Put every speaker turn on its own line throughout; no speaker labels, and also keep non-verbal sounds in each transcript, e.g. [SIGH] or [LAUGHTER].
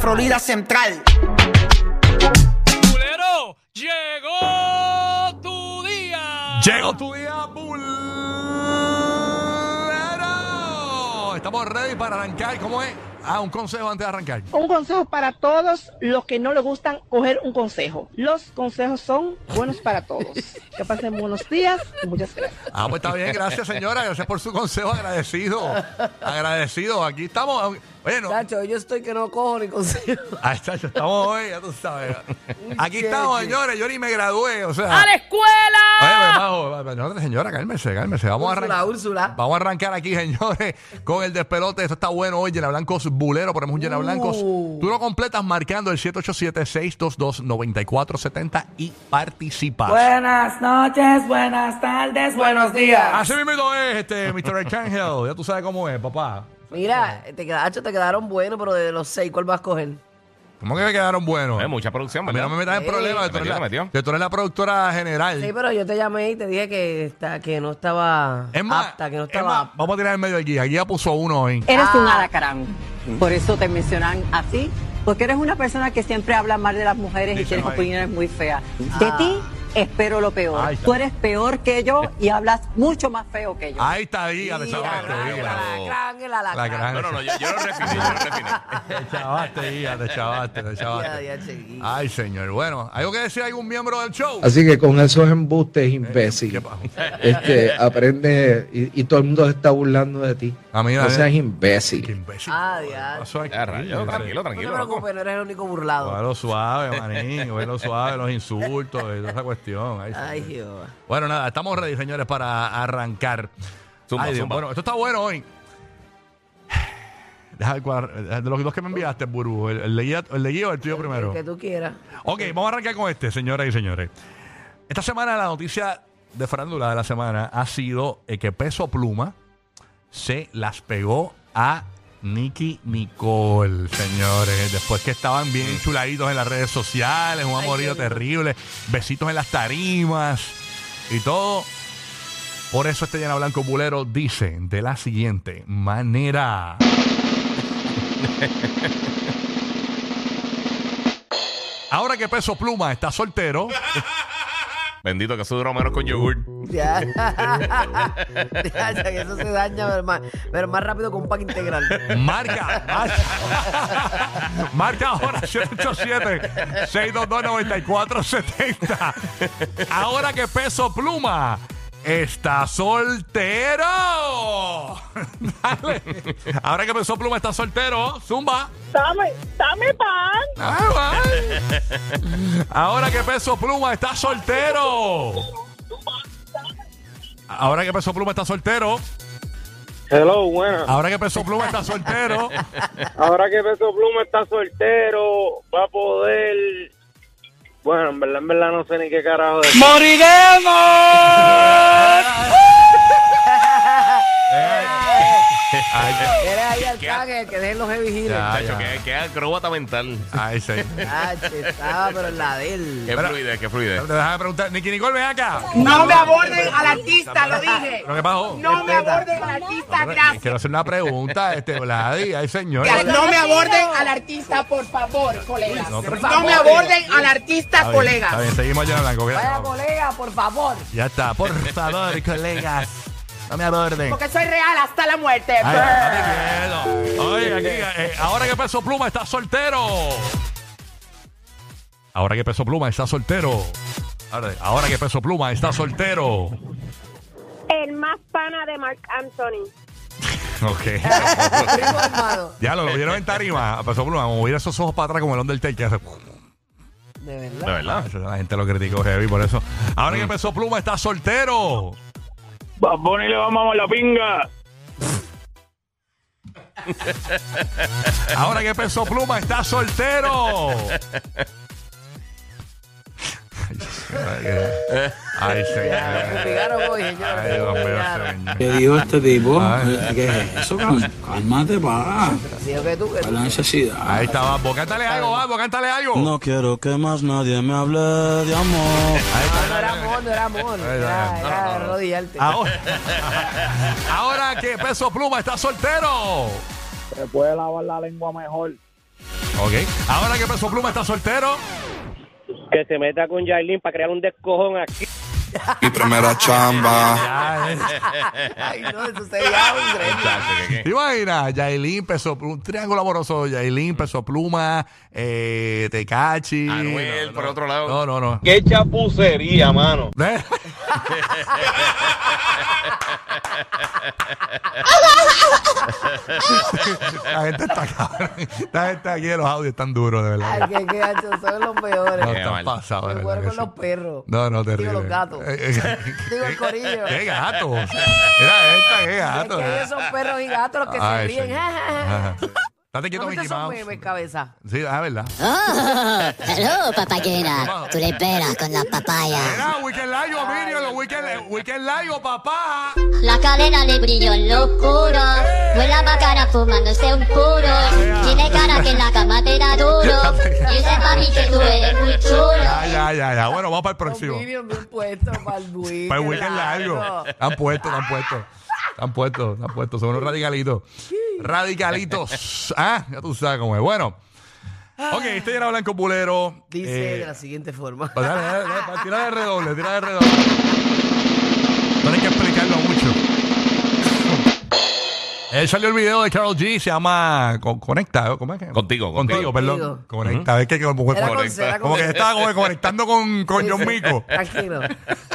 Florida Central.
Culero, llegó tu día.
Llegó tu día, bulero. Estamos ready para arrancar. ¿Cómo es? Ah, un consejo antes de arrancar.
Un consejo para todos los que no les gustan coger un consejo. Los consejos son buenos para todos. Que pasen buenos días y muchas gracias.
Ah, pues está bien. Gracias, señora. Gracias por su consejo. Agradecido. Agradecido. Aquí estamos. Bueno,
Chacho, yo estoy que no cojo ni consejo.
ahí está, ya estamos hoy, ya tú sabes. Aquí
Qué
estamos,
bien.
señores. Yo ni me gradué, o sea.
¡A la escuela!
Oye, pues, bajo, bajo, no, señora, cálmese, cálmese. Vamos a
Úrsula,
arrancar.
Úrsula.
Vamos a arrancar aquí, [LAUGHS] señores, con el despelote. Esto está bueno hoy, Llena Blancos Bulero. Ponemos un Llena Blancos.
Uh.
Tú lo completas marcando el 787-622-9470 y participas.
[LAUGHS] Buenas noches, buenas tardes, buenos días.
Así mismo es, este, Mr. Arcángel. Ya tú sabes cómo es, papá.
Mira, te, queda- Chacho, te quedaron buenos, pero de los seis, ¿cuál vas a coger?
¿Cómo que me quedaron buenos?
Eh, mucha producción,
A mí
¿verdad?
no me metas en
Sí.
problemas. que tú
Te
eres
metió,
la-
te metió.
Que tú eres la productora general.
Sí, pero yo te llamé y te dije que, está, que no estaba
Es más,
apta, Ah, que no
es más,
estaba Eh, apta.
vamos a tirar en medio aquí. Aquí ya puso uno hoy.
Eres un alacrán. Por eso te mencionan así. Porque eres una persona que siempre habla mal de las mujeres y
Díselo
tienes
ahí.
opiniones muy feas. De ti espero lo peor.
Ahí está.
Tú eres peor que yo y hablas mucho más feo que yo.
Ahí está, dígale,
Sí,
chaval.
alacrán,
te dígale.
alacrán, el alacrán.
Alacrán.
No, no, no, yo, yo lo refiné, yo lo refiné.
[LAUGHS] Te chavaste, guía, te chavaste, te chavaste.
Ya, ya, chiquillo.
Ay, señor. Bueno, ¿hay algo que decir a algún miembro del show?
Así que con esos embustes, imbécil,
¿Qué pasó?
este, aprende y, y todo el mundo se está burlando de ti.
Ah, mira,
no
mira.
seas
Qué
imbécil.
imbécil.
Ah,
¿Qué
ya.
pasó aquí?
Ya, rayo, tranquilo,
No te
tranquilo. loco.
preocupes, no eres el único burlado.
Cógelo suave, manín. Cógelo suave, los insultos y toda esa cuestión. Ay, señor.
Ay, Jehová.
Bueno, nada, estamos ready, señores, para arrancar.
Zumba,
Ay, Dios,
zumba.
Bueno, esto está bueno hoy. Deja ver cuál- de los dos que me enviaste, Burbu, el, el de guía- el de guía o el tuyo primero.
El que tú quieras.
Ok, vamos a arrancar con este, señoras y señores. Esta semana la noticia de farándula de la semana ha sido eh, que Peso Pluma se las pegó a Nicky Nicole, señores. Después que estaban bien chuladitos en las redes sociales, un
Ay,
amorío
qué lindo.
terrible, besitos en las tarimas y todo. Por eso este Llena Blanco Bulero dice de la siguiente manera. Ahora que Peso Pluma está soltero,
Bendito que eso duró menos con yogur.
Ya. [LAUGHS] ya, que eso se daña, pero más, pero más rápido que un pack integral.
marca, marca, marca ahora 787-622-9470. Ahora que Peso Pluma está soltero. Dale. Ahora que Peso Pluma está soltero, zumba.
Dame, dame pan.
Ay, guay. Ahora que Peso Pluma está soltero. Ahora que Peso Pluma está soltero.
Hello, buenas.
Ahora que Peso Pluma está soltero.
Ahora que Peso Pluma está soltero, va a poder. Bueno, en verdad, en verdad no sé ni qué carajo decir.
Eres ahí al cángel que dejen los heavy healers.
Ya,
Chacho,
ya.
qué, qué acróbata mental.
Ay, sí.
Ah, che, estaba, pero en la de él.
Qué
Pero-
fluidez, qué fluidez.
Déjame preguntar. Nicky Nicole, ven acá.
No me aborden al artista, lo dije.
¿Lo que pasó?
No me aborden al artista, gracias.
Quiero hacer una pregunta, este, Vladi. Ay, señor.
No me aborden al artista, por favor, colegas.
No, pero-
No me aborden al artista,
Está bien, Está
colegas.
bien, seguimos allá en blanco. que-
Vaya, colega, por favor.
Ya está. Por [LAUGHS] favor, colegas. No me aborden.
Porque soy real hasta la muerte.
Ay, date quieto. Oye, aquí, eh, ahora que Peso Pluma está soltero. Ahora que Peso Pluma está soltero. Ahora, ahora que Peso Pluma está soltero.
El más pana de Mark Anthony. [LAUGHS]
Ok.
Primo hermano.
ya lo, lo vieron en tarima. A Peso Pluma, mover esos ojos para atrás como el Undertaker. que hace-
De
De
verdad.
verdad.
Eso La gente lo criticó heavy por eso. Ahora que Peso Pluma está soltero.
Bad Bunny le vamos a la pinga.
Ahora que Peso Pluma está soltero. Ay, señor. Ay,
Ya, me
señor.
fumigaron hoy,
Ay,
señores.
Dios
me fumigaron.
mío,
¿Qué dijo este tipo?
Ay.
¿Qué es eso? Cálmate, pa.
Digo que tú, que tú.
necesidad.
Ahí está, Babo. Cántale algo, Babo, cántale algo.
quiero que más nadie me hable de amor.
Ahí está,
No era amor, no era amor.
Ay,
Era,
no, Ah,
era arrodillarte.
Ahora, ahora que Peso Pluma está soltero.
Se puede lavar la lengua mejor.
Ok. Ahora que Peso Pluma está soltero.
Que se meta con Jailin para crear un descojón aquí.
Mi primera chamba.
Ya, eh.
[LAUGHS] Ay, no, eso
[LAUGHS]
sería un gremio.
Chacho, ¿qué,
¿Te
qué?
imaginas? Yailin, Peso Pluma, un triángulo amoroso.
Mm.
Yailin, Peso Pluma, eh, Tecachi.
Anuel, por otro lado.
No,
[LAUGHS]
no, no.
¡Qué chapucería, mano!
La gente está cabrón. La gente aquí de los audios están duros, de verdad.
Ay, qué gacho, son los peores.
No,
Qué
están
mal.
pasados, de
Me
verdad
muero
que
con
sí.
los perros.
No, no,
Digo,
terrible.
los gatos.
Eh, eh,
Digo, el corillo.
¡Qué gato! Mira esta, qué
Es
gato.
que ellos son perros y gatos los que se
Ay,
ríen.
señor.
Ja, ja, ja.
Ah, Ajá. Estate quieto,
No, estos
Mickey
son
Mouse.
memes, cabeza.
Sí, ah, verdad.
Oh, Hello, papayera. Tú le esperas con la papaya.
Era Weekend Live, Miriam, los Weekend, eh, Weekend Live, papá.
La cadena le brilló en lo oscuro. Vuela bacana fumándose un puro. Tiene cara que en la cama te da duro. Dice mami que tú eres muy
Ya,
chulo.
ya, ya, ya. Bueno, vamos para el
Los
próximo.
vídeos bien puestos
[LAUGHS]
para el weekend.
Para el Weekend
largo.
Live. Están puestos, están puestos. Están puestos, están puestos. Son unos radicalitos.
[LAUGHS]
Radicalitos. Ah, ya tú sabes cómo es. Bueno. Ok, este era Blanco Pulero.
Dice
Eh,
de la siguiente forma.
Pues dale, dale, dale, pa- tira de redoble, tira de redoble. No hay que explicarlo mucho. [COUGHS] Eh, salió el video de Carol G, se llama Con- Conecta, ¿eh? ¿cómo es que?
Contigo, contigo.
Contigo, perdón.
Contigo.
Conecta, es que como, como-
[LAUGHS] Era con-
como-
era con-
como que se estaba como que conectando con, con John Mico.
Tranquilo.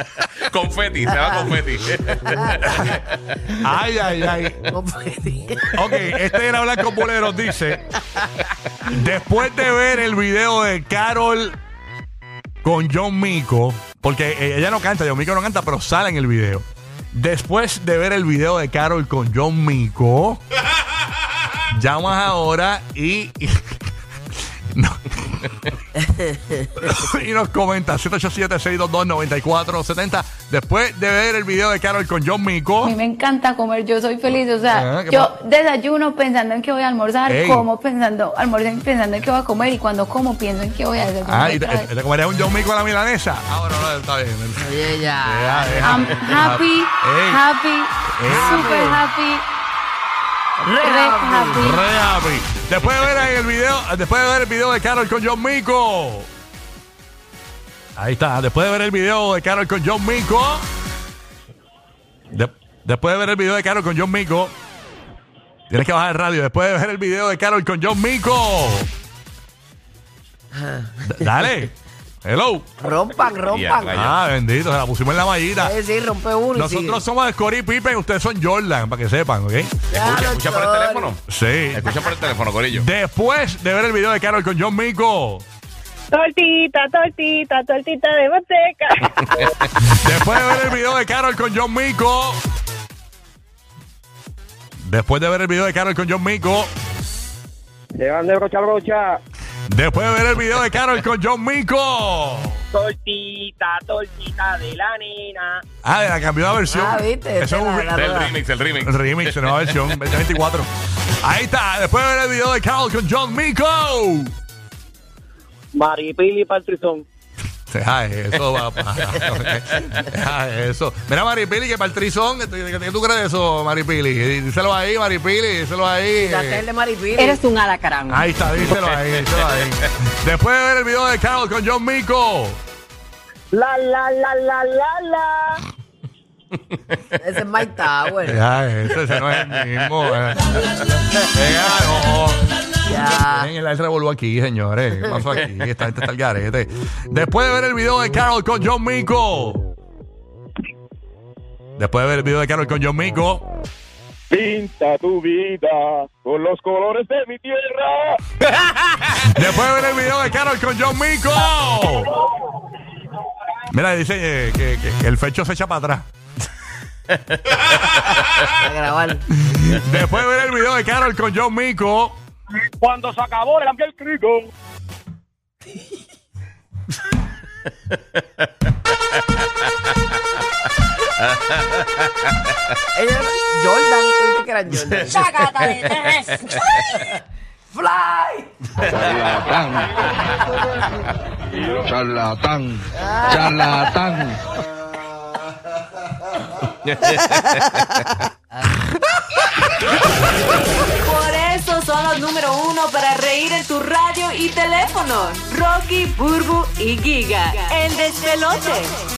[LAUGHS] confeti, se va confeti.
Ay, ay, ay.
No puede.
Ok, este era Blanco Boleros, dice. Después de ver el video de Carol con John Mico, porque eh, ella no canta, John Mico no canta, pero sale en el video. Después de ver el video de Carol con John Mico, llamas ahora y. y- [LAUGHS] no. [LAUGHS] y nos comenta 787-622-9470. Después de ver el video de Carol con John Mico.
me encanta comer, yo soy feliz, o
sea, Ah, ¿qué yo pa-
desayuno pensando en que voy a almorzar,
Ey. como
pensando, almuerzo pensando en que voy a comer y cuando como pienso en que voy a
Ah, y te, te- te comerías un John Mico a la milanesa. Ah, bueno, no, está bien.
Oye, ya.
Deja, deja.
I'm Um, happy,
eh, Ey,
happy,
Ey.
super happy,
Re
re
happy.
happy.
re happy. Después de ver ahí el video, después de ver el video de Carol con John Mico. Ahí está, después de ver el video de Carol con John Mico. De- después de ver el video de Carol con John Mico. Tienes que bajar el radio. Después de ver el video de Carol con John Mico. D- Dale. Hello.
Rompan, rompan.
Ya,
Ah, bendito, se la pusimos en la mallita.
Es decir, rompe uno y sigue.
Nosotros somos Scottie Pippen, ustedes son Jordan, para que sepan, ¿ok?
Claro,
Escucha, escucha por el
Chori.
teléfono.
Sí.
Escucha por el teléfono, Corillo.
Después de ver el video de Carol con John Mico,
Tortita, tortita, tortita de manteca.
[LAUGHS] después de ver el video de Carol con John Mico, después de ver el video de Carol con John Mico,
Llevan de brocha a brocha.
después de ver el video de Carol con John Mico.
Tortita, tortita de la nena.
Ah, de la cambió la versión.
Ah, viste,
Eso es un
la-
re-
la-
El remix, el remix.
remix, una nueva versión 2024. Ahí está, después de ver el video de Carol con John Mico.
Maripili Paltrizón.
Deja eso, [LAUGHS] papá. Deja eso. Mira, Maripili, que para el trizón, ¿qué tú- ¿qué tú crees de eso, Maripili? Díselo ahí, Maripili, díselo ahí.
La tele de Maripili.
Eres un alacarán.
Ahí está, díselo ahí, díselo ahí. Después de ver el video de Carol con John Mico.
La, la, la, la, la, la.
Ese es Mike Tower.
Deja eso, ese no es el mismo. eh. Deja, no.
Ya. Ah.
Miren, el aire revolú aquí, señores. ¿Qué pasó aquí? Esta gente está al garete. Después de ver el video de Carol con John Mico. Después de ver el video de Carol con John Mico.
Pinta tu vida con los colores de mi tierra.
Después de ver el video de Carol con John Mico. Mira, dice eh, que, que- que el fecho se echa para atrás.
Para grabar.
Después de ver el video de Carol con John Mico.
Cuando se acabó el ambiente crico.
Ellos, Jordan, ¿tú que eran
[LAUGHS]
Jordan?
Sácate de tres.
[LAUGHS] ¡Fly!
Charlatán. Charlatán.
Por eso son los números
número uno para reír en tu radio y teléfono. Rocky, Burbu y Giga. El despelote.